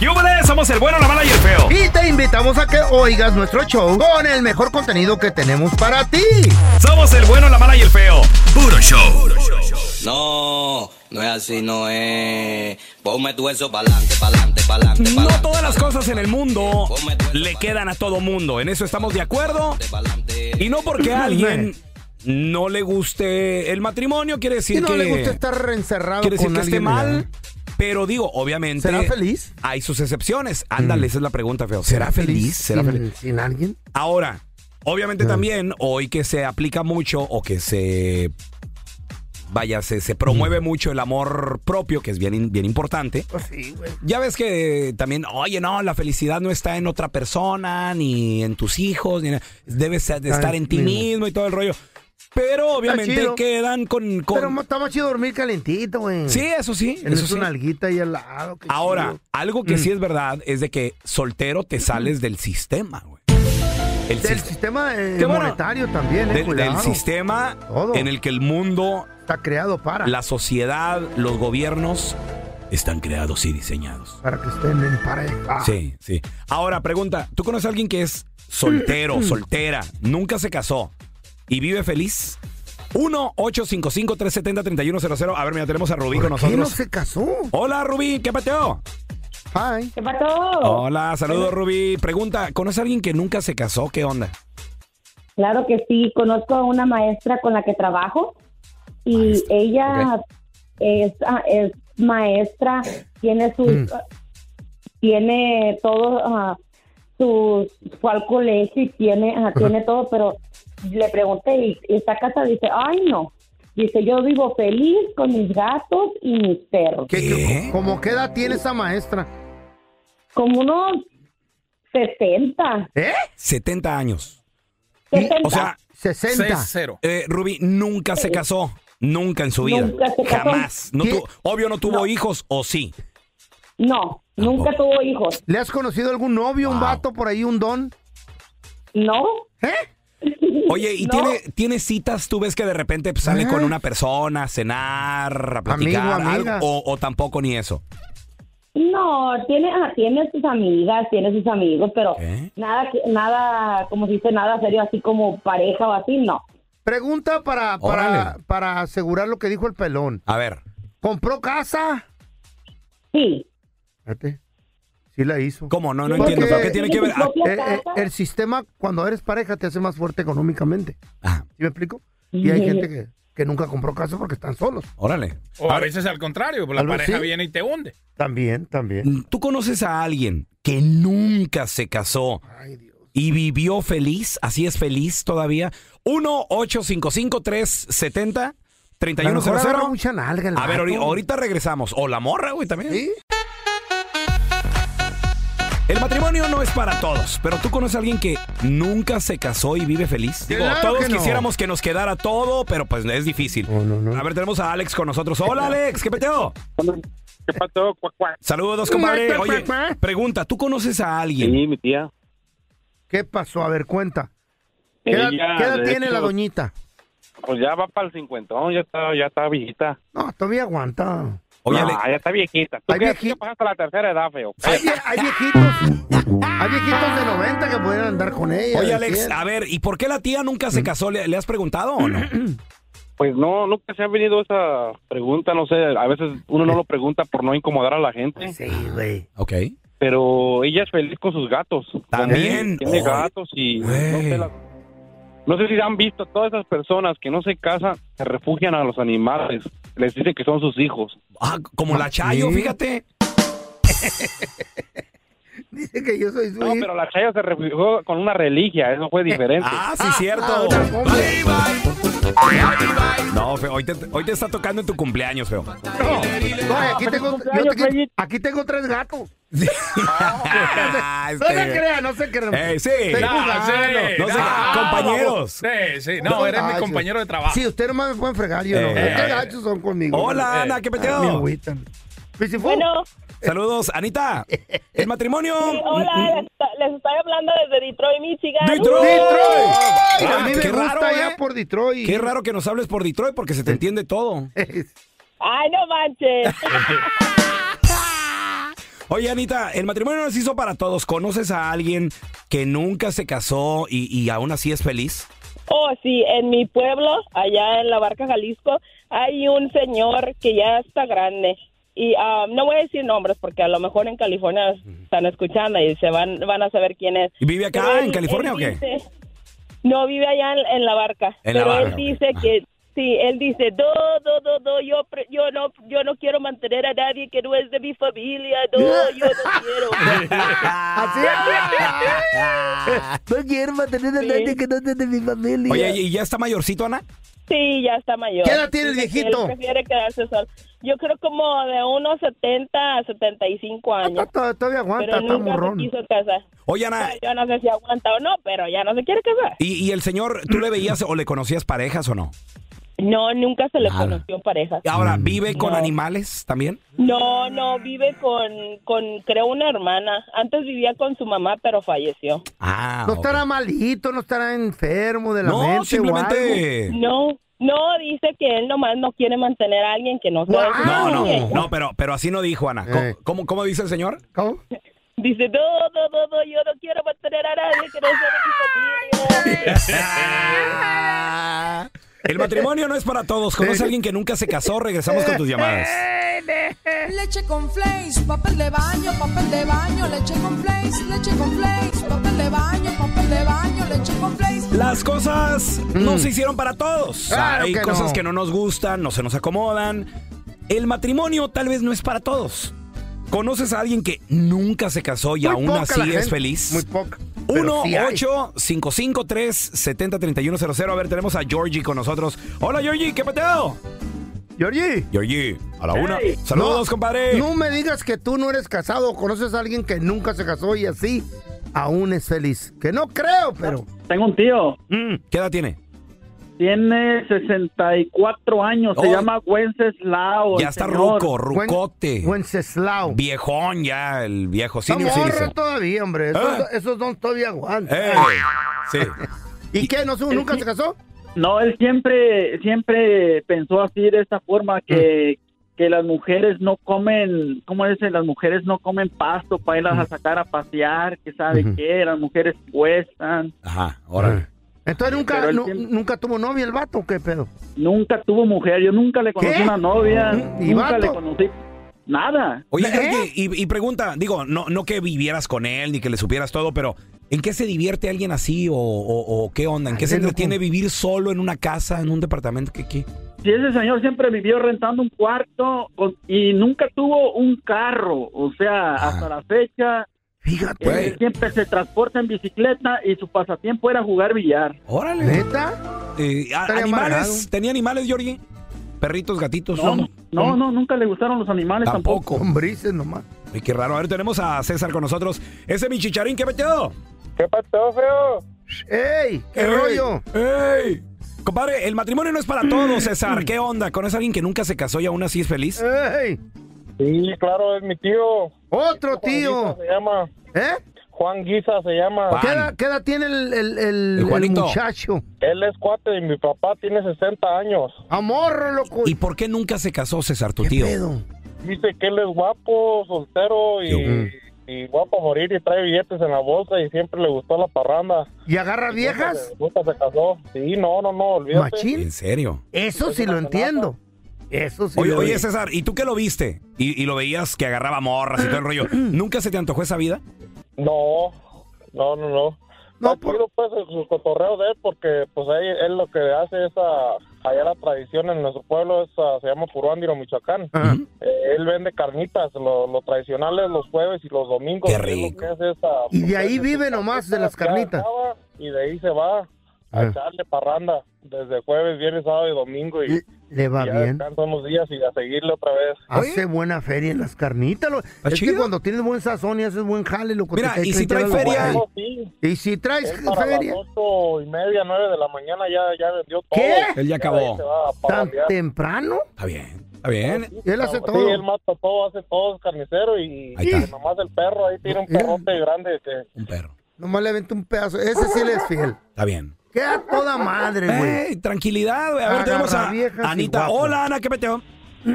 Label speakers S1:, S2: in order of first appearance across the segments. S1: ¡Yúbales! Somos el bueno, la mala y el feo.
S2: Y te invitamos a que oigas nuestro show con el mejor contenido que tenemos para ti.
S1: Somos el bueno, la mala y el feo.
S3: Puro show.
S4: Puro show. No, no es así, no es. Ponme tu eso pa'lante, pa'lante, pa'lante.
S1: No todas las cosas en el mundo le quedan a todo mundo. En eso estamos de acuerdo. Y no porque a alguien no le guste el matrimonio, quiere decir
S2: Y no
S1: que.
S2: le gusta estar encerrado
S1: Quiere decir
S2: con
S1: que esté
S2: alguien,
S1: mal.
S2: ¿verdad?
S1: Pero digo, obviamente.
S2: ¿Será feliz? Mm.
S1: Hay sus excepciones. Ándale, esa es la pregunta, feo. ¿Será feliz? ¿Será
S2: sin-
S1: feliz?
S2: sin alguien?
S1: Ahora, obviamente también hoy que se aplica mucho o que se vaya, se, se promueve mucho el amor propio, que es bien, in- bien importante.
S2: Pues
S1: Ya ves que también, oye, no, la felicidad no está en otra persona, ni en tus hijos, ni nada. debe ser de
S2: Está
S1: estar
S2: en
S1: en ti
S2: mismo.
S1: mismo y todo el rollo. Pero obviamente
S2: chido.
S1: quedan con... con-
S2: Pero mo- está más chido dormir calentito, güey.
S1: sí, eso sí.
S2: En
S1: Eso
S2: es
S1: sí.
S2: una alguita ahí al lado. qué
S1: Ahora,
S2: chido. Mm.
S1: algo que sí es verdad es de que soltero te sales del sistema, güey. El
S2: Del
S1: sis-
S2: sistema eh,
S1: Qué bueno.
S2: monetario también, eh,
S1: de- del
S2: cuidado.
S1: sistema
S2: Todo.
S1: en el que el mundo,
S2: Está creado para,
S1: la sociedad, los gobiernos están creados y diseñados.
S2: para que estén en pareja.
S1: Sí, sí. Ahora, pregunta, ¿tú conoces a alguien que es soltero, soltera, nunca se casó y vive feliz? 1-855-370-3100. A ver, mira, tenemos a Rubí
S2: ¿Por
S1: con
S2: qué no
S1: nosotros.
S2: se casó?
S1: Hola, Rubí, ¿qué pateó?
S2: Ay,
S5: ¿Qué pasó?
S1: Hola, saludos, Rubí. Pregunta, ¿conoces a alguien que nunca se casó? ¿Qué onda?
S5: Claro que sí, conozco a una maestra con la que trabajo y
S1: Maestra,
S5: ella es, ah, es maestra, tiene sus,
S2: Mm.
S5: tiene todo, ah, sus, fue al colegio y tiene, ah, tiene todo, pero le pregunté y, y está casada, dice, ay no, dice, yo vivo feliz con mis gatos y mis perros,
S2: ¿qué,
S1: ¿Qué?
S2: ¿Cómo qué edad tiene esa maestra?
S5: como unos 70,
S2: ¿Eh?
S1: 70 años.
S5: 70,
S1: O sea,
S2: 60.
S6: 6-0.
S1: Eh, Rubí nunca se casó, nunca en su vida.
S5: Nunca se casó.
S1: Jamás. No
S2: ¿Qué?
S1: tuvo- obvio no tuvo hijos, o sí.
S5: no, nunca tuvo hijos,
S2: ¿Le has conocido algún novio, un
S1: Wow.
S2: vato por ahí, un don?
S5: no,
S2: ¿Eh?
S1: Oye, ¿y
S5: No.
S1: tiene, tiene citas? ¿Tú ves que de repente pues, sale
S2: ¿Eh?
S1: con una persona a cenar, a platicar,
S2: Amigo,
S1: algo,
S2: amiga.
S1: o, o tampoco ni eso?
S5: No, tiene, ah, tiene sus amigas, tiene sus amigos, pero
S1: ¿Eh?
S5: nada, que- nada, como se dice, nada serio, así como pareja o así, no.
S2: Pregunta para, para,
S1: Órale.
S2: para asegurar lo que dijo el pelón.
S1: A ver,
S2: ¿Compró casa?
S5: Sí.
S2: Fíjate. Sí la hizo.
S1: ¿cómo? No, no
S2: Porque-
S1: entiendo. ¿Pero ¿Qué tiene que ver?
S5: Su propia
S2: Eh, eh,
S5: casa.
S2: el sistema, cuando eres pareja, te hace más fuerte económicamente.
S1: Ah,
S2: ¿Sí me explico? Y hay
S5: Sí.
S2: gente que, que nunca compró casa porque están solos.
S1: órale.
S7: O a veces al contrario, la
S2: Tal vez
S7: pareja
S2: sí.
S7: viene y te hunde.
S2: También, también.
S1: Mm, ¿Tú conoces a alguien que nunca se casó
S2: Ay, Dios.
S1: y vivió feliz? ¿Así es feliz todavía? 1-855-370-3100.
S2: A lo mejor agarra mucha nalga el
S1: A ver,
S2: vato.
S1: ahori- ahorita regresamos. O la morra, güey, también.
S2: ¿Sí?
S1: El matrimonio no es para todos, pero tú conoces a alguien que nunca se casó y vive feliz. Digo,
S3: Claro
S1: todos
S3: que no.
S1: quisiéramos que nos quedara todo, pero pues es difícil. A ver, tenemos a Alex con nosotros. Hola, Alex, ¿qué peteo?
S7: ¿Qué pasó?
S1: Saludos, compadre. Oye, pregunta, ¿tú conoces a alguien?
S7: Sí, mi tía.
S2: ¿Qué pasó? A ver, cuenta. ¿Qué edad,
S7: Ella,
S2: qué edad
S7: de
S2: tiene la
S7: hecho,
S2: doñita?
S7: Pues ya va para el cincuentón, ya está, ya está viejita.
S2: No, Ah, todavía aguanta.
S7: Oye, ya está viejita. ¿Tú
S2: Hay
S7: qué,
S2: vieji-
S7: tú qué pasaste a la tercera edad, feo?
S2: Hay, vie- hay viejitos. Hay viejitos de 90 que pudieran andar con ella.
S1: Oye,
S2: de
S1: Alex,
S2: 100.
S1: a ver, ¿y por qué la tía nunca se casó? ¿Le, le has preguntado o no?
S7: Pues no, nunca se ha venido esa pregunta, no sé, a veces uno no lo pregunta por no incomodar a la gente.
S2: Sí, güey.
S1: Ok.
S7: Pero ella es feliz con sus gatos.
S1: También.
S7: Tiene
S1: Oy.
S7: gatos y no sé, las- no sé si han visto todas esas personas que no se casan, se refugian a los animales, les dicen que son sus hijos.
S1: Ah, como la Chayo,
S7: ¿sí?
S1: fíjate.
S2: Dice que yo soy su
S7: No,
S2: hijo.
S7: pero la Chayo se refugió con una religia, eso fue diferente.
S1: Ah, sí, cierto. No, feo, hoy te, hoy te está tocando en tu cumpleaños, feo.
S2: No, aquí, tengo, yo te- aquí tengo tres gatos.
S1: Ah,
S2: No se
S1: este-
S2: crean, no se crean.
S1: Eh, sí.
S2: Estoy
S1: No,
S2: jugando.
S1: sí, No se- no. compañeros.
S3: Sí, sí. No, eres mi compañero de trabajo.
S2: Sí, ustedes nomás me pueden fregar, Ah, yo no.
S1: Eh.
S2: ¿Qué gachos son conmigo?
S1: Hola,
S2: Eh.
S1: Ana, ¿qué
S2: Ah, mi
S1: peteo?
S2: agüita. Pues
S1: Saludos, Anita. El matrimonio. Mm,
S8: Sí, hola, les, les estoy hablando desde Detroit, Michigan.
S1: ¡Detroit!
S2: Ay,
S1: Ah,
S2: a mí me gusta allá
S1: por Detroit. ¿eh? Qué raro que nos hables por Detroit porque se te entiende todo.
S8: ¡Ay, no manches!
S1: Oye, Anita, el matrimonio nos hizo para todos. ¿Conoces a alguien que nunca se casó y, y aún así es feliz?
S8: Oh, sí, en mi pueblo, allá en La Barca, Jalisco, hay un señor que ya está grande. Y ah, no voy a decir nombres porque a lo mejor en California están escuchando y se van, van a saber quién es.
S1: ¿Y vive acá,
S8: Pero
S1: en California, o qué?
S8: dice- no, vive allá en, en La Barca.
S1: En La
S8: pero
S1: Barca,
S8: él
S1: ok. Ah.
S8: dice que... Sí, él dice, do, do, do, do, yo, pre- yo, no, yo no quiero mantener a nadie que no es de mi familia, do, yo no quiero.
S2: Ah. No quiero mantener a nadie que no es de mi familia.
S1: Oye, ¿y ya está mayorcito, Ana?
S8: Sí, ya está mayor.
S1: ¿Qué edad tiene el
S8: Dice que
S1: viejito?
S8: Él prefiere quedarse solo. Yo creo como de unos 70 a 75
S1: Ah,
S8: años.
S2: Todavía aguanta,
S8: pero
S2: está
S8: nunca
S2: morrón.
S8: se quiso casar.
S1: Oye, Ana.
S8: Yo no sé si aguanta o no, pero ya no se quiere casar.
S1: ¿Y, y el señor, tú le veías o le conocías parejas o no?
S8: No, nunca se le
S1: Nada. Mm.
S8: conoció pareja.
S1: Ahora, ¿vive con
S8: No.
S1: animales también?
S8: No, no, vive con, con, creo, una hermana. Antes vivía con su mamá, pero falleció.
S1: Ah,
S2: No estará malito, no estará enfermo de la
S1: No,
S2: mente o
S1: simplemente-
S2: algo.
S8: No, no, dice que él nomás no quiere mantener a alguien que no sea de su
S1: Ah, No,
S8: familia.
S1: no, no, pero, pero así no dijo, Ana. ¿Cómo, cómo, cómo dice el señor?
S8: Dice, no, no, no, no, yo no quiero mantener a nadie que no sea de mi familia.
S1: El matrimonio no es para todos. ¿Conoce a alguien que nunca se casó? Regresamos con tus llamadas.
S9: Leche con flakes, papel de baño, papel de baño, leche con flakes, leche con flakes, papel de baño, papel de baño, leche con flakes.
S1: Las cosas no
S9: Mm.
S1: se hicieron para todos.
S9: Claro
S1: Hay
S9: que
S1: cosas
S9: no.
S1: que no nos gustan, no se nos acomodan. El matrimonio tal vez no es para todos. ¿Conoces a alguien que nunca se casó y
S2: Muy
S1: aún
S2: poca
S1: así
S2: la
S1: es
S2: gente,
S1: feliz?
S2: Muy poca. pero sí hay.
S1: 1-8-553-703100. A ver, tenemos a Georgie con nosotros. Hola, Georgie, ¿qué pateo?
S2: Georgie.
S1: Georgie, a la una.
S2: Ey.
S1: Saludos,
S2: No,
S1: compadre.
S2: No me digas que tú no eres casado o conoces a alguien que nunca se casó y así aún es feliz. Que no creo, pero.
S10: Tengo un tío.
S1: Mm, ¿Qué edad tiene?
S10: Tiene 64 años. Se
S1: Oh.
S10: llama Wenceslao. el
S1: ya está
S10: señor.
S1: ruco, rucote.
S2: Wenceslao.
S1: Viejón ya, el viejo.
S2: Está
S1: Senior
S2: morro
S1: citizen.
S2: todavía, hombre. Esos,
S1: Ah.
S2: esos dos todavía aguantan.
S1: Ey, sí.
S2: ¿Y qué? ¿No, su- ¿Nunca se casó?
S10: No, él siempre, siempre pensó así de esta
S1: Mm.
S10: forma que, que las mujeres no comen, ¿cómo dicen? Las mujeres no comen pasto para irlas
S1: Mm.
S10: a sacar a pasear, que sabe qué, las mujeres cuestan.
S1: Ajá, órale.
S10: Pero
S2: Entonces nunca,
S10: él
S2: nu-
S10: siempre-
S2: nunca tuvo novia el vato, o ¿qué pedo?
S10: Nunca tuvo mujer, yo nunca le conocí
S2: ¿Qué?
S10: una novia,
S2: ¿Y
S10: nunca
S2: vato?
S10: le conocí nada.
S1: Oye, Georgie, y, y pregunta, digo, no, no que vivieras con él ni que le supieras todo, pero ¿en qué se divierte alguien así o, o- o qué onda? ¿En qué se
S10: qué loco.
S1: entretiene vivir solo en una casa, en un departamento? ¿Qué, qué?
S10: Si ese señor siempre vivió rentando un cuarto con- y nunca tuvo un carro, o sea, hasta la fecha. Fíjate. siempre se transporta en bicicleta y su pasatiempo era jugar billar.
S1: Órale.
S2: ¿Neta?
S1: Eh, a-
S10: Estaría
S1: ¿Animales?
S10: amargado.
S1: ¿Tenía animales, Georgie? ¿Perritos, gatitos?
S10: No, no, no, nunca le gustaron los animales tampoco.
S1: Tampoco.
S2: Lombrices nomás.
S1: Ay, qué raro. A ver, tenemos a César con nosotros. Ese es mi chicharín, ¿qué metido?
S11: ¿Qué pasó, feo?
S2: ¡Ey!
S11: ¿Qué rollo?
S1: ¡Ey! Compadre, el matrimonio no es para todos, César. ¿Qué onda? ¿Con alguien que nunca se casó y aún así es feliz?
S2: ¡Ey!
S11: Sí, claro, es mi tío.
S2: ¡Otro tío!
S11: Guisa se llama.
S2: ¿Eh?
S11: Juan Guisa se llama.
S2: ¿Qué edad, qué edad tiene el, el, el-
S11: El Juanito.
S2: el muchacho?
S11: Él es cuate de mi papá, tiene 60 años.
S2: ¡Amor, loco!
S1: ¿Y por qué nunca se casó, César, tu tío?
S11: Dice que él es guapo, soltero y, y guapo a morir y trae billetes en la bolsa y siempre le gustó la parranda.
S2: ¿Y agarra viejas?
S11: Nunca se casó. Sí, no, no, no, olvídate.
S2: ¿Machín?
S1: ¿En serio?
S2: Eso sí lo entiendo. Eso sí.
S1: Oye,
S2: lo
S1: oye,
S2: vi.
S1: César, ¿y tú qué lo viste? Y, y lo veías que agarraba morras y todo el rollo. ¿Nunca se te antojó esa vida?
S11: No, no, no, no. No, chido, pues el- su cotorreo de él porque pues ahí él lo que hace es a, allá la tradición en nuestro pueblo es a- se llama Puruándiro, Michoacán.
S2: Ah.
S11: Eh, él vende carnitas, lo, lo tradicional es los jueves y los domingos. Qué rico.
S2: Y de ahí vive nomás de las carnitas.
S11: y de ahí se va a
S2: Ah.
S11: echarle parranda desde jueves, viernes, sábado y domingo y,
S2: Le va
S11: y ya
S2: bien. Ah,
S11: descansa unos días y a seguirle otra vez.
S2: Hace buena feria en las carnitas. lo-
S1: ¿Ah,
S2: Es que cuando tienes buen sazón y haces buen jale, loco. te
S11: Mira,
S2: cae
S11: y si
S2: clientela
S11: trae
S2: lo
S11: feria. eh,
S2: guay. Y si traes
S11: Él para
S2: feria.
S11: las ocho y media, nueve de la mañana ya, ya vendió todo.
S2: ¿Qué?
S1: Él ya acabó.
S11: ahí se va a
S2: ¿Tan
S11: parrandear.
S2: temprano?
S1: Está bien, está bien.
S11: Sí,
S2: Él hace
S11: sí,
S2: todo.
S11: él mata todo, hace todo, es carnicero y,
S1: Ahí está.
S11: y nomás el perro, ahí tiene un perrote grande que...
S1: Un perro.
S2: Nomás le vente un pedazo. Ese sí le es fiel.
S1: Está bien.
S2: Queda toda madre, güey.
S1: Ey, tranquilidad, Ah, güey. A ver,
S2: Agarra
S1: tenemos a
S2: viejas y
S1: Anita.
S2: guapo.
S1: Hola, Ana, ¿qué peteo?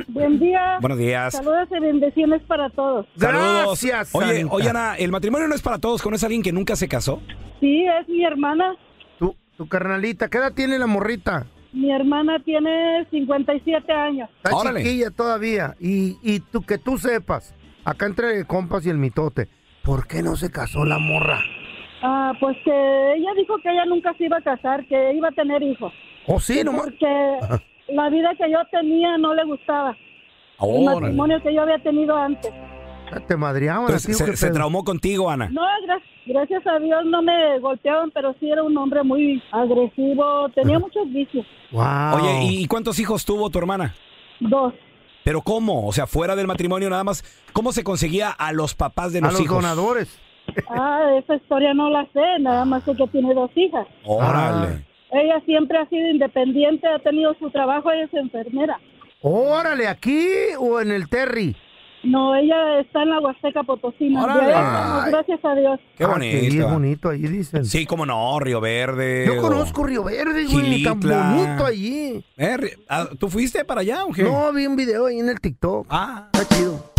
S12: Buen día.
S1: Buenos días.
S12: Saludos y bendiciones para todos.
S1: Saludos. Oye,
S12: Anita.
S1: oye, Ana, el matrimonio no es para todos. ¿Conoces a alguien que nunca se casó?
S12: Sí, es mi hermana.
S2: Tu, tu carnalita, ¿qué edad tiene la morrita?
S12: Mi hermana tiene 57 años.
S2: Está chiquilla todavía. Y, y tú, que tú sepas, acá entre compas y el mitote, ¿por qué no se casó la morra?
S12: Ah, pues que ella dijo que ella nunca se iba a casar, que iba a tener hijos.
S1: Oh,
S2: ¿O sí, nomás?
S12: Porque la vida que yo tenía no le gustaba. El
S1: Órale.
S12: matrimonio que yo había tenido antes.
S2: Te madreaban. Ah,
S1: Entonces,
S2: tío,
S1: se,
S2: ¿qué
S1: se
S2: pedo?
S1: traumó contigo, Ana.
S12: No, gra- gracias a Dios no me golpeaban, pero sí era un hombre muy agresivo. Tenía muchos vicios.
S1: Oye, ¿y y cuántos hijos tuvo tu hermana?
S12: Dos.
S1: ¿Pero cómo? O sea, fuera del matrimonio nada más. ¿Cómo se conseguía a los papás de
S2: A
S1: los,
S2: los
S1: hijos?
S2: donadores.
S12: Ah, esa historia no la sé, nada más sé que tiene dos hijas.
S1: Órale.
S12: Ella siempre ha sido independiente, ha tenido su trabajo, ella es enfermera.
S2: Órale, aquí o en el Terry.
S12: No, ella está en la Huasteca Potosina.
S2: Órale.
S12: De ahí estamos,
S1: Ay.
S12: gracias a Dios.
S1: Qué
S2: Ah,
S1: bonito.
S2: sí, es bonito ahí, dicen.
S1: Sí, cómo no, Río Verde.
S2: Yo
S1: o-
S2: conozco Río Verde, güey, tan
S1: Gilitla.
S2: bonito allí.
S1: Eh, Ri- ah, ¿Tú fuiste para allá o qué?
S2: No, vi un video ahí en el TikTok.
S1: Ah.
S2: Está chido.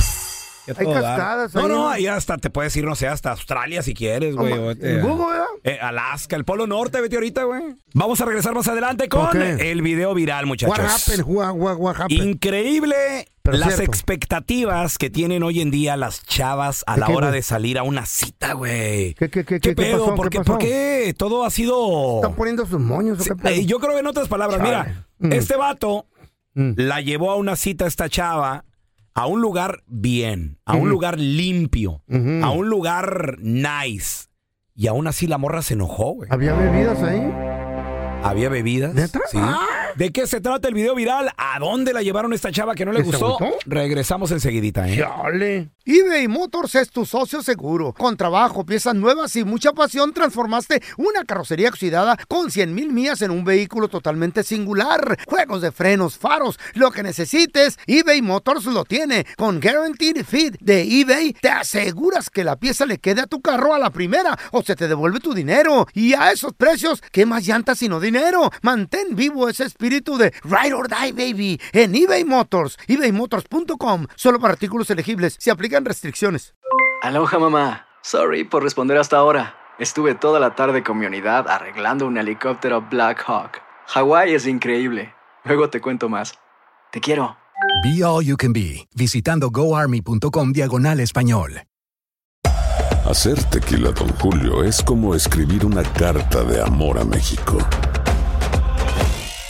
S1: Ya
S2: hay
S1: todo da.
S2: cascadas
S1: No,
S2: ahí,
S1: no,
S2: ¿no?
S1: ahí hasta te puedes ir, no sé, hasta Australia si quieres, güey.
S2: Ama-
S1: vete
S2: ¿en
S1: a-
S2: Google, verdad?
S1: Eh, Alaska, el Polo Norte, vete ahorita, güey. Vamos a regresar más adelante con
S2: Ok.
S1: el video viral,
S2: What
S1: muchachos.
S2: happened? What, what- what happened?
S1: Increíble
S2: Pero
S1: las
S2: cierto.
S1: expectativas que tienen hoy en día las chavas a
S2: ¿De
S1: la
S2: qué,
S1: hora
S2: güey?
S1: de salir a una cita, güey.
S2: ¿Qué, qué, qué,
S1: ¿Qué
S2: qué, qué
S1: pedo?
S2: pasó?
S1: ¿Por,
S2: ¿Qué
S1: qué, por
S2: pasó?
S1: qué todo ha sido...?
S2: ¿Están poniendo sus moños o qué pedo?
S1: Eh, yo creo que en otras palabras,
S2: Chale.
S1: mira,
S2: Mm.
S1: este vato la llevó a una cita esta chava a un lugar bien, a un
S2: Ujú.
S1: lugar limpio,
S2: Ujú.
S1: a un lugar nice. Y aún así la morra se enojó, güey. Ah.
S2: ¿Había bebidas ahí?
S1: Había bebidas. Sí.
S2: Ah.
S1: ¿De qué se trata el video viral? ¿A dónde la llevaron esta chava que no le
S2: ¿Que se
S1: gustó?
S2: agüitó?
S1: Regresamos enseguidita, ¿eh?
S2: Chale. eBay Motors es tu socio seguro. Con trabajo, piezas nuevas y mucha pasión, transformaste una carrocería oxidada con 100 mil millas en un vehículo totalmente singular. Juegos de frenos, faros, lo que necesites, eBay Motors lo tiene. Con Guaranteed Fit de eBay, te aseguras que la pieza le quede a tu carro a la primera o se te devuelve tu dinero. Y a esos precios, ¿qué más llantas sino dinero? Mantén vivo ese espíritu de Ride or Die, baby, en eBay Motors. ebaymotors.com. Solo para artículos elegibles. Se aplican restricciones.
S13: Aloha mamá. Sorry por responder hasta ahora. Estuve toda la tarde con mi unidad arreglando un helicóptero Black Hawk. Hawái es increíble. Luego te cuento más. Te quiero.
S14: Be All You Can Be, visitando goarmy.com diagonal español.
S15: Hacer tequila, Don Julio, es como escribir una carta de amor a México.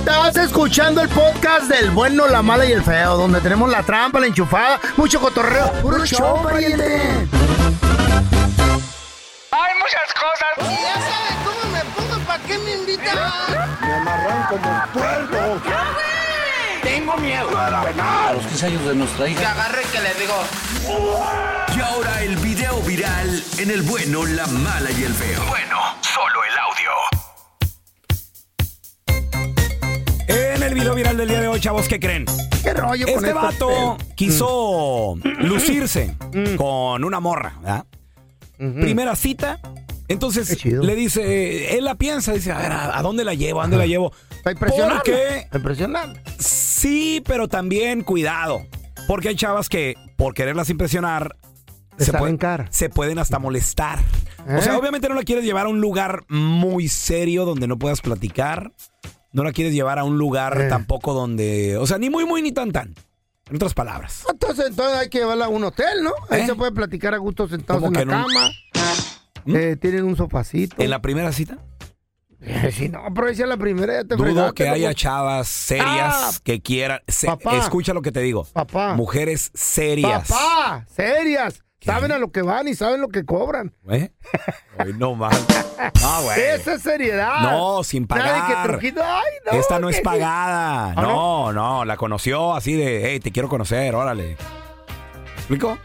S2: Estás escuchando el podcast del bueno, la mala y el feo, donde tenemos la trampa, la enchufada, mucho cotorreo. ¡Puro show, pariente!
S16: Hay muchas cosas. ya sabes cómo me pongo, ¿para qué me invitan?
S6: Me amarran como puerco. Tengo miedo a la
S4: A los 15 años de nuestra
S16: Que agarre que le digo.
S17: Y ahora el video viral en el bueno, la mala y el feo. Bueno, solo el audio.
S1: En el video viral del día de hoy, chavos, ¿qué creen?
S2: ¿Qué rollo
S1: este
S2: con Eh, mm. estos
S1: vato
S2: pelos?
S1: quiso lucirse
S2: Mm.
S1: con una morra, ¿verdad? Primera cita. Entonces le dice, eh, él la piensa, dice, a ver, ¿a, a dónde la llevo? ¿A dónde la llevo?
S2: Está impresionante.
S1: Porque
S2: Está impresionante.
S1: sí, pero también cuidado. Porque hay chavas que, por quererlas impresionar, se pueden, se pueden hasta molestar. O
S2: ¿Eh?
S1: sea, obviamente no la quieres llevar a un lugar muy serio donde no puedas platicar. No la quieres llevar a un
S2: Eh.
S1: lugar tampoco donde. O sea, ni muy, muy, ni tan, tan. En otras palabras.
S2: Entonces, entonces hay que llevarla a un hotel, ¿no? Ahí se puede platicar a gusto sentados en
S1: Como
S2: la
S1: ¿Eh? que en un-
S2: cama. Eh, tienen un sofacito.
S1: ¿En la primera cita?
S2: Eh, si no, pero esa es la primera, ya te
S1: Dudo
S2: fregaste,
S1: que
S2: loco.
S1: haya chavas serias
S2: Ah,
S1: que quieran. se-
S2: papá.
S1: escucha lo que te digo.
S2: Papá.
S1: Mujeres serias.
S2: Papá, serias. Saben a lo que van y saben lo que cobran.
S1: ¿Eh? Ay, no mal. No, güey.
S2: Esa es seriedad.
S1: Ah, No, sin
S2: Nada de que
S1: pagar.
S2: truquito. Ay, no,
S1: Esta no
S2: que
S1: es
S2: sí.
S1: pagada.
S2: ¿Ah,
S1: No, no, la conoció así de, hey, te quiero conocer, órale. ¿Explico?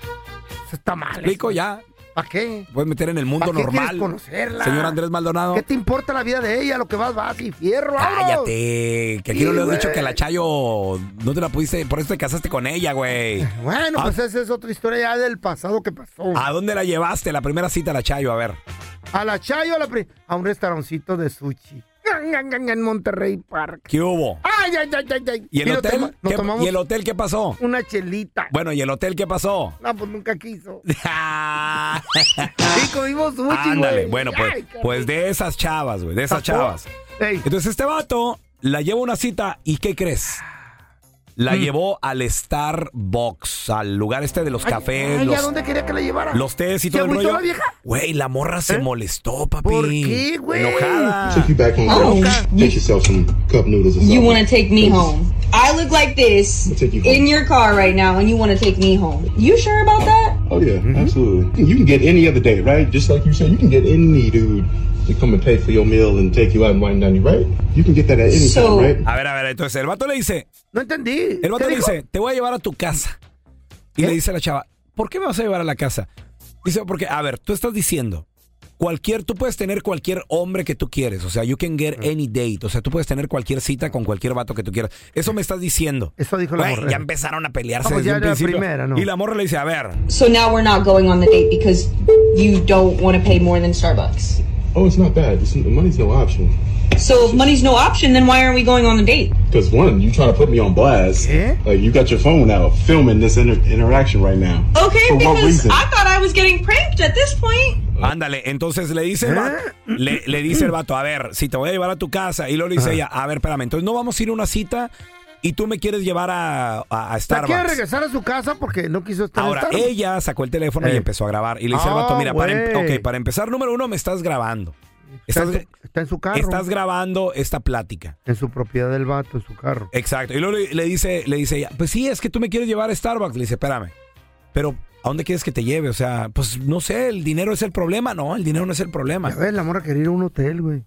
S2: Está mal.
S1: ¿Explico ya?
S2: ¿Para qué?
S1: Puedes meter en el mundo
S2: ¿Para qué
S1: normal.
S2: quieres conocerla?
S1: Señor Andrés Maldonado.
S2: ¿Qué te importa la vida de ella? Lo que vas, vas y fierro. vámonos.
S1: Cállate, que aquí no
S2: Sí,
S1: le he
S2: güey.
S1: dicho que a la Chayo no te la pudiste, por eso te casaste con ella, güey.
S2: Bueno,
S1: ¿A,
S2: pues esa es otra historia ya del pasado que pasó.
S1: a dónde la llevaste la primera cita a la Chayo? A ver.
S2: A la Chayo, a, la pri- a un restauroncito de sushi. En Monterrey Park.
S1: ¿Qué hubo?
S2: Ay, ay, ay, ay, ay.
S1: ¿Y el
S2: nos
S1: hotel?
S2: toma- nos
S1: ¿Qué-
S2: tomamos
S1: ¿Y el hotel qué pasó?
S2: una chelita.
S1: Bueno, ¿y el hotel qué pasó? Ah.
S2: No, pues nunca quiso.
S1: y
S2: comimos sushi,
S1: Ándale,
S2: güey.
S1: bueno, pues,
S2: Ay, qué
S1: pues de esas chavas, güey, de esas
S2: Tapó.
S1: chavas. Entonces este vato la lleva a una cita y ¿qué crees? La
S2: Mm.
S1: llevó al Starbucks, al lugar este de los cafés,
S2: Ay, ¿a
S1: los,
S2: dónde quería que la llevara?
S1: los tés y
S2: ¿Se
S1: todo el
S2: agüitó
S1: rollo.
S2: la vieja? ¿Eh?
S1: Güey, la morra se molestó, papi.
S2: ¿Por qué, güey? Ah,
S1: Enojada.
S18: you back home.
S19: Oh,
S18: Get yourself some cup noodles or something.
S19: You want to take me home. I look like this
S18: I'll take you home.
S19: in your car right now, and you want to take me home. You sure about that?
S18: Oh yeah, absolutely. You can get any other day, right? Just like you said, you can get any dude to come and pay for your meal and take you out and wine dine you, right? You can get that at any time, right?
S1: A ver, a ver, entonces el vato le dice.
S2: No entendí. ¿Eh?
S1: El vato
S18: ¿Qué
S1: le
S18: dijo?
S1: dice, te voy a llevar a tu casa. Y le dice a la chava, ¿por qué me vas a llevar a la casa? Dice, porque, a ver, tú estás diciendo, cualquier, tú puedes tener cualquier hombre que tú quieres. O sea, you can get
S2: Mm.
S1: any date. O sea, tú puedes tener cualquier cita con cualquier vato que tú quieras. Eso me estás diciendo.
S2: Eh. Eso dijo la
S1: Güey,
S2: morra.
S1: Ya empezaron a pelearse
S2: Ah, pues
S1: desde un
S2: ya era la
S1: principio.
S2: primera, ¿no?
S1: Y la morra le dice, a ver,
S19: So now we're not going on the date because you don't want to pay more than Starbucks.
S18: Oh, it's not bad. It's, money's no option.
S19: So if money's no option, then why aren't we going on the date?
S18: Cause one, you trying to put me on blast. Yeah. Like you got your phone out filming this inter- interaction right now.
S19: Okay,
S18: For what
S19: because
S18: reason?
S19: I thought I was getting pranked at this point.
S2: Ah.
S1: ándale. Entonces le dice,
S2: ¿Eh?
S1: el vato, le, le dice el vato, a ver, si te voy a llevar a tu casa. Y luego le dice ella, a ver, espérame, entonces no vamos a ir a una cita y tú me quieres llevar a, a, a
S2: La quiere
S1: Starbucks.
S2: regresar a su casa porque no quiso estar en
S1: Ahora,
S2: Starbucks.
S1: ella sacó el teléfono y
S2: Eh.
S1: empezó a grabar. Y le dice al
S2: Ah,
S1: vato, mira, para, em-
S2: güey.
S1: ok, para empezar, número uno, me estás grabando.
S2: Está
S1: Estás,
S2: en su- está en su carro.
S1: estás grabando esta plática.
S2: En su propiedad del vato, en su carro.
S1: Exacto. Y luego le, le dice, le dice ella, pues sí, es que tú me quieres llevar a Starbucks. Le dice, espérame, pero ¿a dónde quieres que te lleve? O sea, pues no sé, el dinero es el problema. No, el dinero no es el problema. ¿Mm?
S2: A ver, la morra quería ir a un hotel, güey.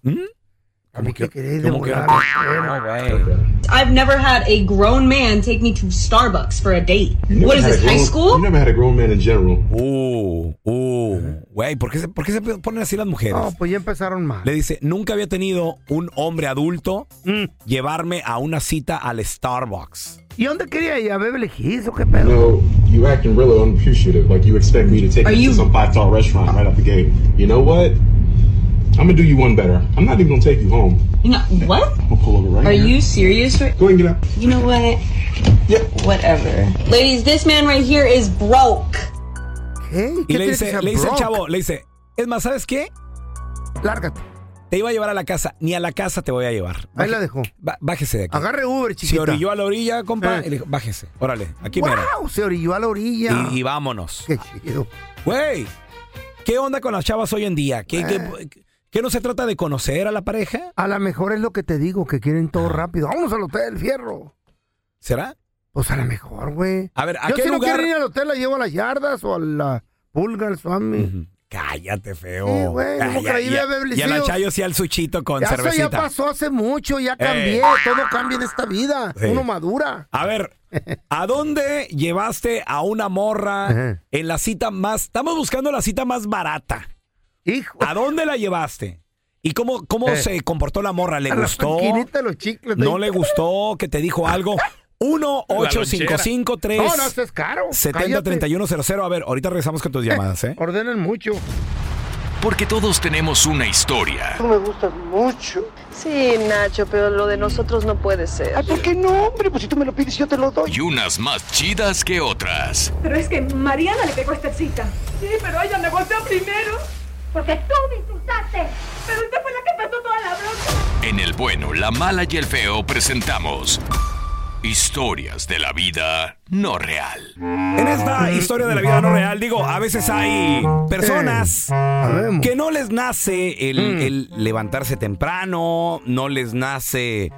S1: ¿Cómo que,
S2: querés
S1: cómo que-
S2: devorar?
S1: No, güey.
S19: I've never had a grown man take me to Starbucks for a date.
S18: You
S19: What is
S18: never
S19: this,
S18: had a
S19: high
S18: grown-
S19: school?
S18: You never had a grown man in general.
S1: Uh, uh, güey, ¿por qué, se, por qué se ponen así las mujeres?
S2: No, pues ya empezaron mal.
S1: Le dice, nunca había tenido un hombre adulto
S2: Mm.
S1: llevarme a una cita al Starbucks.
S2: ¿Y dónde quería ir? ¿A Beverly Hills o qué pedo?
S18: No, you acting really unappreciative. Like you expect me to take
S2: Are
S18: you,
S2: you-
S18: to some five star restaurant right out the gate. You know what? I'm gonna do you one better. I'm not even gonna take you home.
S19: You know, what?
S18: I'm gonna pull over right
S19: Are
S18: here.
S19: you serious? right-
S18: Go ahead and get out.
S19: You know what?
S18: Yep.
S19: Whatever. Ladies, this man right here is broke.
S1: Y le dice, le dice el chavo, le dice, es más, ¿sabes qué?
S2: Lárgate.
S1: Te iba a llevar a la casa, ni a la casa te voy a llevar.
S2: Ahí la dejó.
S1: bájese de aquí.
S2: Agarre Uber, chiquita.
S1: Se orilló a la orilla, compa,
S2: Eh.
S1: y le dijo, bájese. Órale, aquí mero.
S2: ¡Wow! Se orilló a la orilla.
S1: Y, y vámonos.
S2: Qué chido.
S1: Güey, ¿Qué onda con las chavas hoy en día? ¿Qué,
S2: Eh.
S1: qué, qué no se trata de conocer a la pareja?
S2: A lo mejor es lo que te digo, que quieren todo rápido. Vámonos al hotel, fierro.
S1: ¿Será?
S2: Pues a lo mejor, güey.
S1: A ver, ¿a
S2: Yo
S1: qué
S2: si no
S1: lugar?
S2: quiero ir al hotel, la llevo a las yardas o a la pulga, al swami.
S1: Cállate, feo.
S2: Sí, güey, ¿cómo
S1: Ah, ya-
S2: creí,
S1: ya-
S2: Beverly
S1: Y a la
S2: Hills?
S1: Chayo sí al suchito con
S2: Ya, eso
S1: cervecita.
S2: ya pasó hace mucho, ya
S1: Ey.
S2: cambié. Todo cambia en esta vida.
S1: Sí.
S2: Uno madura.
S1: A ver, ¿a dónde llevaste a una morra en la cita más? Estamos buscando la cita más barata.
S2: Hijo.
S1: ¿A dónde la llevaste? ¿Y cómo, cómo
S2: Eh.
S1: se comportó la morra? ¿Le
S2: A la
S1: gustó?
S2: esquinita de los chicles.
S1: ¿No le gustó que te dijo algo? 1 855 3
S2: No, no, esto es caro.
S1: 70 31 00. A ver, ahorita regresamos con tus llamadas, ¿eh?
S2: Ordenen mucho.
S17: Porque todos tenemos una historia.
S20: Tú me gustas mucho. Sí, Nacho, pero lo de nosotros no puede ser. Ay, ¿por qué no, hombre? Pues si tú me lo pides, yo te lo doy.
S17: Y unas más chidas que otras.
S21: Pero es que Mariana le pegó esta cita. Sí, pero ella me golpeó primero. Porque tú me insultaste. Pero usted fue la que pasó toda la bronca.
S17: En el bueno, la mala y el feo presentamos historias de la vida no real.
S1: En esta historia de la vida no real, digo, a veces hay personas que no les nace el, el levantarse temprano, no les nace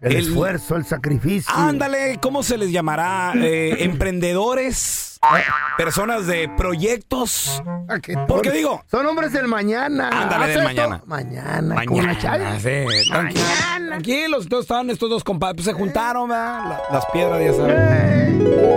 S2: El, esfuerzo, el sacrificio.
S1: Ándale, ¿cómo se les llamará? Eh, emprendedores, personas de proyectos. Porque digo,
S2: Son hombres del mañana.
S1: Ándale, del
S2: Haces
S1: mañana.
S2: todo- Mañana. con
S1: mañana,
S2: la chaya.
S1: sí, tranqui- tranquilos, todos estaban estos dos compadres, pues se juntaron, ¿verdad? La- las piedras, ya saben. Eh.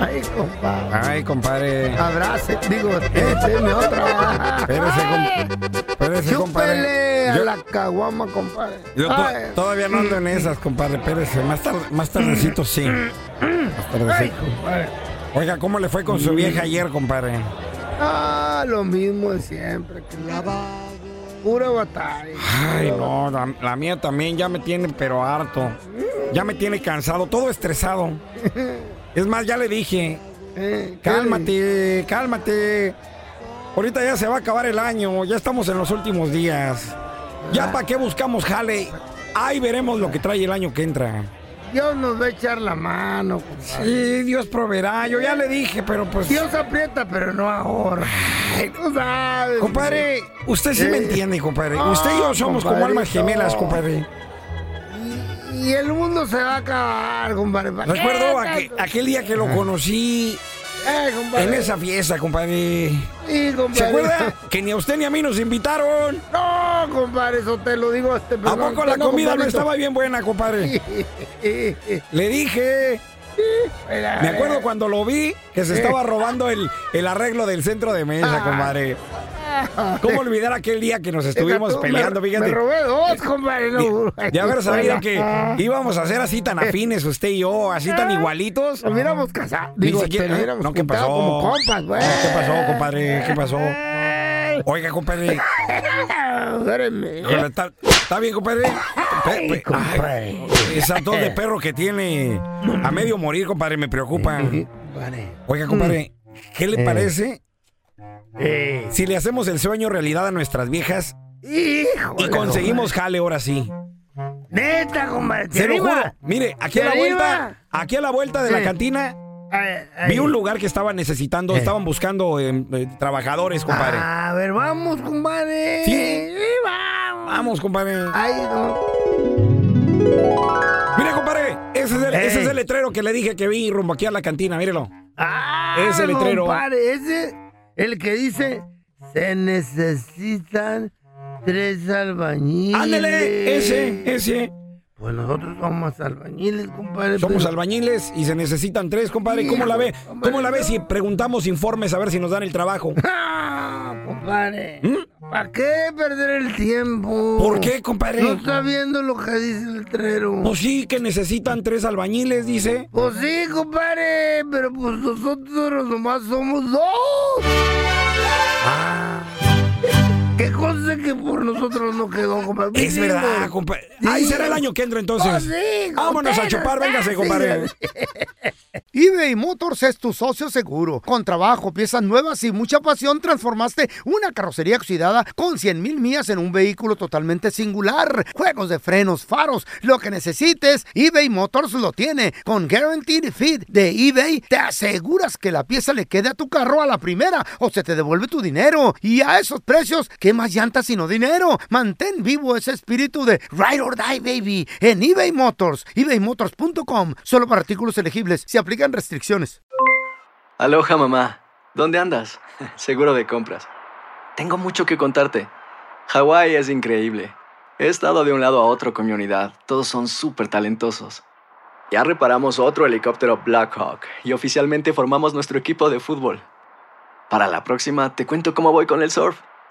S2: Ay, compadre.
S1: Ay, compadre.
S2: Abrace, digo, écheme otra.
S1: Espérese, Espérese, compadre.
S2: Chúpele a
S1: Yo-
S2: la caguama, compadre.
S1: Yo to-
S2: Ay.
S1: todavía no ando en esas, compadre, espérese. Más, tarde, más tardecito sí. Más
S2: Ay,
S1: tardecito.
S2: compadre. Mm.
S1: Oiga, ¿cómo le fue con su vieja ayer, compadre?
S2: Ah, lo mismo de siempre. que Pura batalla.
S1: Ay, no, la, la mía también ya me tiene, pero harto. Ya me tiene cansado, todo estresado. Es más, ya le dije,
S2: ¿eh?
S1: cálmate, cálmate. Ahorita ya se va a acabar el año, ya estamos en los últimos días.
S2: Ah.
S1: Ya para qué buscamos jale, ahí veremos lo que trae el año que entra.
S2: Dios nos va a echar la mano.
S1: Sí, Dios proveerá. Yo ya le dije, pero pues.
S2: Dios aprieta, pero no ahora. Ay, tú sabes.
S1: Compadre, usted sí me
S2: Eh.
S1: entiende, compadre.
S2: Ah,
S1: Usted y yo somos como almas
S2: compadrito.
S1: gemelas, compadre.
S2: Y el mundo se va a acabar, compadre. ¿Para qué
S1: Recuerdo aquel,
S2: tanto?
S1: aquel día que lo conocí
S2: Eh, compadre.
S1: en esa fiesta, compadre.
S2: Sí, compadre.
S1: ¿Se acuerda? Que ni a usted ni a mí nos invitaron.
S2: No, compadre, eso te lo digo. Este,
S1: ¿A poco la comida no estaba bien buena, compadre? Le dije. Me acuerdo cuando lo vi que se
S2: Eh.
S1: estaba robando el, el arreglo del centro de mesa,
S2: Ah.
S1: compadre. ¿Cómo olvidar aquel día que nos estuvimos
S2: Deja tú,
S1: peleando?
S2: me-
S1: Fíjate.
S2: Me robé dos, compadre. no.
S1: De, de haber sabido que
S2: Ah.
S1: íbamos a ser así tan afines usted y yo, así tan igualitos.
S2: Nos hubiéramos casado.
S1: Ni
S2: Digo,
S1: siquiera-
S2: este, nos hubiéramos
S1: no, ¿qué
S2: juntado
S1: pasó?
S2: como compas, güey.
S1: ¿Qué pasó, compadre? ¿Qué pasó? Oiga, compadre. Híjole, ¿Está está bien, compadre? Pe- pe- ay, Esa tos de perro que tiene a medio morir, compadre, me preocupa. Oiga, compadre, ¿qué le
S2: Eh.
S1: parece si le hacemos el sueño realidad a nuestras viejas
S2: Hijo.
S1: y conseguimos jale ahora sí?
S2: Neta, compadre. ¿te
S1: Se lo
S2: anima?
S1: juro. Mire, aquí a la
S2: ¿Te
S1: vuelta,
S2: anima?
S1: aquí a la vuelta de la
S2: Sí.
S1: cantina, vi un lugar que estaban necesitando, estaban buscando eh, eh, trabajadores, compadre.
S2: Ah, A ver, vamos, compadre.
S1: Sí.
S2: vamos.
S1: Vamos, compadre.
S2: Ay, no.
S1: Mire, compadre, ese es, el,
S2: Ey.
S1: ese es el letrero que le dije que vi rumbo aquí a la cantina, mírelo. ese
S2: Ah,
S1: letrero.
S2: compadre, ese, el que dice, se necesitan tres albañiles.
S1: Ándele, ese, ese.
S2: Pues nosotros somos albañiles, compadre.
S1: Somos
S2: pero-
S1: albañiles y se necesitan tres, compadre. ¿Cómo la ve? ¿Cómo la ve si preguntamos informes a ver si nos dan el trabajo?
S2: Ah, compadre. ¿Para qué perder el tiempo?
S1: ¿Por qué, compadre?
S2: No está viendo lo que dice el letrero.
S1: Pues sí, que necesitan tres albañiles, dice.
S2: Pues sí, compadre, pero pues nosotros nomás somos dos.
S1: Ah.
S2: Qué cosa que por nosotros no quedó, compadre.
S1: Es verdad, compadre. Ahí será el año que entra entonces.
S2: Pues sí,
S1: Vámonos a
S2: compadre,
S1: chupar, véngase,
S2: sí.
S1: compadre.
S2: eBay Motors es tu socio seguro. Con trabajo, piezas nuevas y mucha pasión, transformaste una carrocería oxidada con 100 mil millas en un vehículo totalmente singular. Juegos de frenos, faros, lo que necesites, eBay Motors lo tiene. Con Guaranteed Fit de eBay, te aseguras que la pieza le quede a tu carro a la primera o se te devuelve tu dinero. Y a esos precios, ¿qué más llantas sino dinero? Mantén vivo ese espíritu de Ride or Die, baby, en eBay Motors. ebaymotors.com. Solo para artículos elegibles. Se aplican restricciones.
S13: Aloha mamá, ¿dónde andas? Seguro de compras. Tengo mucho que contarte. Hawái es increíble. He estado de un lado a otro con mi unidad. Todos son súper talentosos. Ya reparamos otro helicóptero Blackhawk y oficialmente formamos nuestro equipo de fútbol. Para la próxima te cuento cómo voy con el surf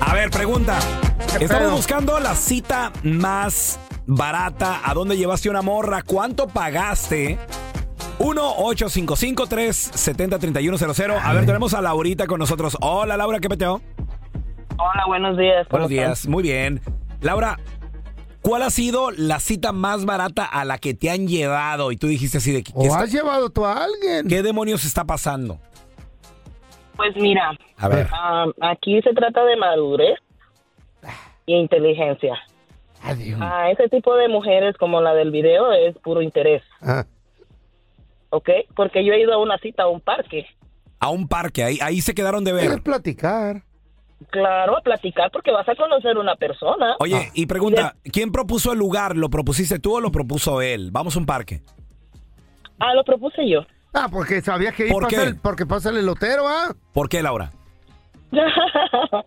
S1: A ver, pregunta.
S17: ¿Qué
S1: Estamos
S17: pedo?
S1: buscando la cita más barata. ¿A dónde llevaste una morra? ¿Cuánto pagaste? 1-855-370-3100. A ver, tenemos a Laurita con nosotros. Hola, Laura, ¿qué peteo?
S22: Hola, buenos días. ¿cómo
S1: Buenos días,
S22: están?
S1: muy bien. Laura, ¿cuál ha sido la cita más barata a la que te han llevado? Y tú dijiste así de que...
S2: ¿O has llevado tú a alguien?
S1: ¿Qué demonios está pasando?
S22: Pues mira,
S1: A ver.
S22: am, aquí se trata de madurez e inteligencia. A ese tipo de mujeres como la del video es puro interés, ¿ok? Porque yo he ido a una cita a un parque.
S1: A un parque, ahí, ahí se quedaron de ver.
S2: platicar.
S22: Claro, a platicar porque vas a conocer una persona.
S1: Oye, Eh, y pregunta, ¿quién propuso el lugar? ¿Lo propusiste tú o lo propuso él? Vamos a un parque.
S22: Ah, lo propuse yo.
S2: Ah, porque sabía que
S1: ¿Por
S2: pasa
S1: qué?
S2: el- porque pasa el elotero, ¿ah?
S1: ¿Por qué, Laura?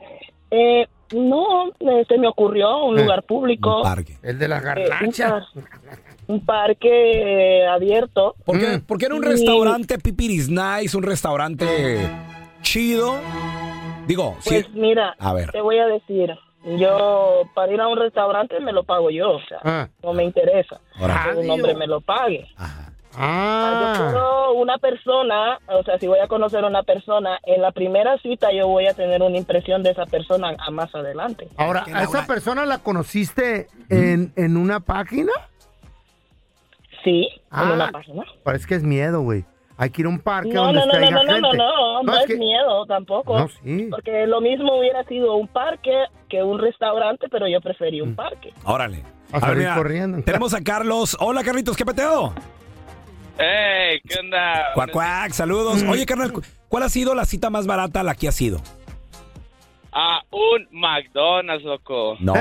S22: Eh, no, eh, se me ocurrió un lugar público.
S2: El de las
S22: Eh, un,
S2: garnachas.
S22: par- un parque eh, abierto.
S1: ¿Por qué? Porque era un
S22: Y-
S1: restaurante pipiris nice, un restaurante chido. Digo, sí.
S22: Pues mira,
S1: A ver.
S22: te voy a decir, yo para ir a un restaurante me lo pago yo, o sea,
S1: Ah.
S22: no me interesa
S1: Ahora.
S22: que un hombre me lo pague. Yo
S2: Ah.
S22: quiero una persona, o sea, si voy a conocer a una persona, en la primera cita yo voy a tener una impresión de esa persona a más adelante.
S2: Ahora, ¿a esa persona la conociste
S22: ¿Mm?
S2: en, en una página?
S22: Sí,
S2: Ah,
S22: en una página.
S2: Parece que es miedo, güey. Hay que ir a un parque
S22: No,
S2: donde
S22: no, no,
S2: caiga
S22: no, no, no, no,
S2: gente.
S22: no, no
S2: es
S22: es
S2: que-
S22: miedo tampoco.
S2: No, sí.
S22: Porque lo mismo hubiera sido un parque que un restaurante, pero yo preferí
S2: Mm.
S22: un parque.
S1: Órale.
S2: A
S1: ver,
S2: salir
S1: mira,
S2: corriendo.
S1: Tenemos a Carlos. Hola, Carlitos, ¿qué peteo?
S23: ¡Ey! ¿Qué onda?
S1: Cuac, cuac, saludos.
S23: Mm.
S1: Oye, carnal, cu- ¿cuál ha sido la cita más barata a la que ha sido?
S23: A un McDonald's, loco.
S1: No,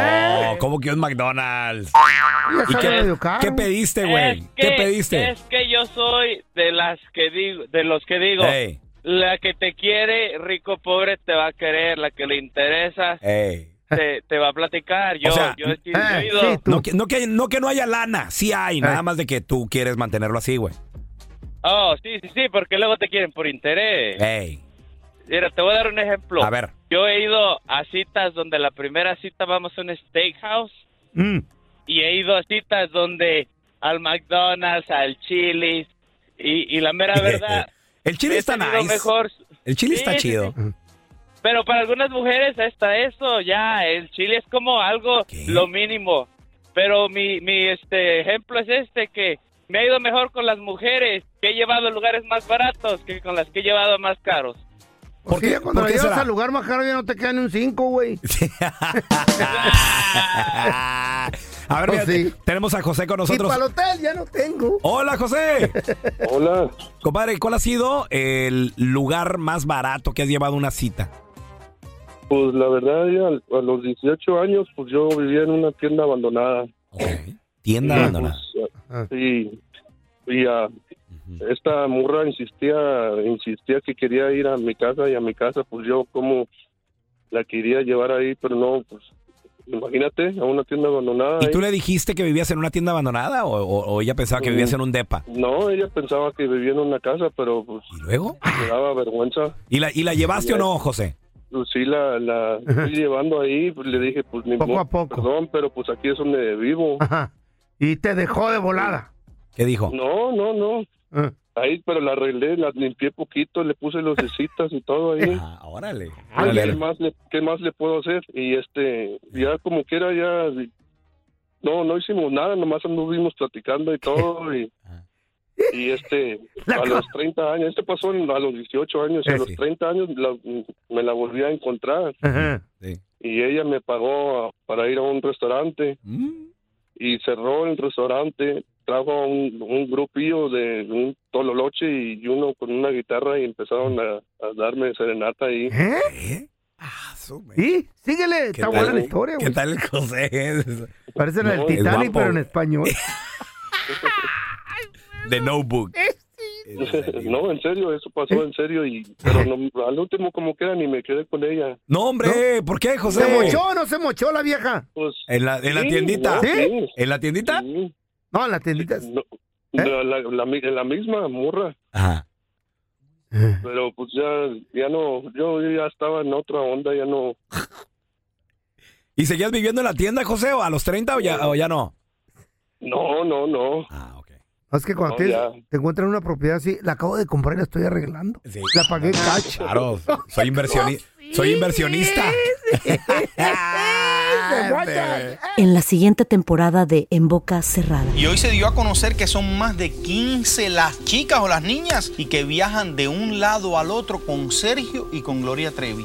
S1: ¿cómo que un McDonald's?
S23: Ya
S1: ¿Y
S23: sabe
S1: qué,
S23: medio caro.
S1: qué pediste, güey?
S23: Es
S1: Eh, ¿Qué
S23: que-
S1: pediste?
S23: Es que yo soy de las que digo, de los que digo,
S1: Ey.
S23: la que te quiere, rico pobre te va a querer, la que le interesa
S1: Ey.
S23: te, te va a platicar. Yo,
S1: Eh. O sea,
S23: yo, he sido- yo he
S1: eh,
S23: ido-
S1: no, que, no, que, no que no haya lana, sí hay, nada más de que tú quieres mantenerlo así, güey.
S23: Oh, sí, sí, sí, porque luego te quieren por interés.
S1: Ey.
S23: Mira, te voy a dar un ejemplo.
S1: A ver.
S23: Yo he ido a citas donde la primera cita vamos a un steakhouse y he ido a citas donde al McDonald's, al Chili's y, y la mera verdad.
S1: El chile
S23: he
S1: está
S23: tenido
S1: nice.
S23: mejor-
S1: El chile
S23: Sí,
S1: está
S23: sí,
S1: chido.
S23: sí. Pero para algunas mujeres hasta eso ya el chile es como algo lo mínimo. Pero mi, mi este ejemplo es este que me ha ido mejor con las mujeres que he llevado a lugares más baratos que con las que he llevado a más caros.
S2: ¿Por qué? Pues Cuando
S23: por qué
S2: llegas
S23: será?
S2: al lugar más caro ya no te queda ni un 5, güey.
S1: A ver, mira, te- tenemos a José con
S2: Y
S1: nosotros. Oh.
S2: para el hotel ya no tengo.
S1: Hola, José.
S24: Hola.
S1: Compadre, ¿cuál ha sido el lugar más barato que has llevado una cita?
S24: Pues la verdad, yo al- a los 18 años, pues yo vivía en una tienda abandonada.
S1: Tienda
S24: Y,
S1: abandonada.
S24: pues, ah, Sí. Y ah, esta murra insistía, insistía que quería ir a mi casa y a mi casa, pues yo como la quería llevar ahí, pero no, pues Imagínate, a una tienda abandonada.
S1: ¿Y
S24: ahí.
S1: tú le dijiste que vivías en una tienda abandonada o, o- o ella pensaba que vivías
S24: Mm.
S1: en un depa?
S24: No, ella pensaba que vivía en una casa, pero pues. ¿Y
S1: luego?
S24: Me daba vergüenza.
S1: ¿Y la, y la llevaste o no, José?
S24: Pues sí, la, la fui llevando ahí, pues, le dije, pues ni
S1: Poco Ah, a
S24: modo, Perdón, pero pues aquí es donde vivo.
S2: Y te dejó de volada.
S1: ¿Qué dijo?
S24: No, no, no.
S1: Ah.
S24: Ahí, pero la arreglé, la limpié poquito, le puse los cecitas y todo ahí.
S1: Ah, Órale.
S24: Ay, ¿Qué más, le, ¿Qué más le puedo hacer? Y este, ya como quiera, ya. No, no hicimos nada, nomás anduvimos platicando y todo. Y,
S1: Ah.
S24: y este, a los 30 años, este pasó en- a los 18 años, y a
S18: Eh,
S24: los
S18: sí.
S24: 30 años la- me la volví a encontrar.
S18: Sí.
S24: Y ella me pagó a- para ir a un restaurante. Y cerró el restaurante, trajo a un, un grupillo de un tololoche y uno con una guitarra y empezaron a, a darme serenata ahí.
S2: ¿Eh? ¿Y? Síguele, está buena la historia, güey.
S1: ¿Qué tal el José?
S2: Parece la del
S1: No, es
S2: Titanic,
S1: guapo.
S2: pero en español.
S1: The Notebook.
S24: no, en serio, eso pasó en serio y pero no- al último como queda ni me quedé con ella.
S1: No, hombre, ¿por qué, José?
S2: ¿Se mochó o no se mochó la vieja?
S24: Pues,
S1: ¿En la, en la
S24: Sí,
S1: tiendita?
S24: no, sí.
S1: ¿En la tiendita?
S2: No, en la tiendita. ¿Eh?
S24: la, la- la mi- la misma morra.
S1: Ajá.
S24: Pero pues ya ya no, yo ya estaba en otra onda, ya no.
S1: ¿Y seguías viviendo en la tienda, José, o a los 30 o ya, o ya no?
S24: No, no, no.
S2: Es que cuando
S24: No,
S2: te,
S24: ya.
S2: te encuentran una propiedad así, la acabo de comprar y la estoy arreglando. La pagué cash.
S1: Claro, soy inversionista. Soy inversionista.
S21: En la siguiente temporada de En Boca Cerrada.
S6: Y hoy se dio a conocer que son más de 15 las chicas o las niñas y que viajan de un lado al otro con Sergio y con Gloria Trevi.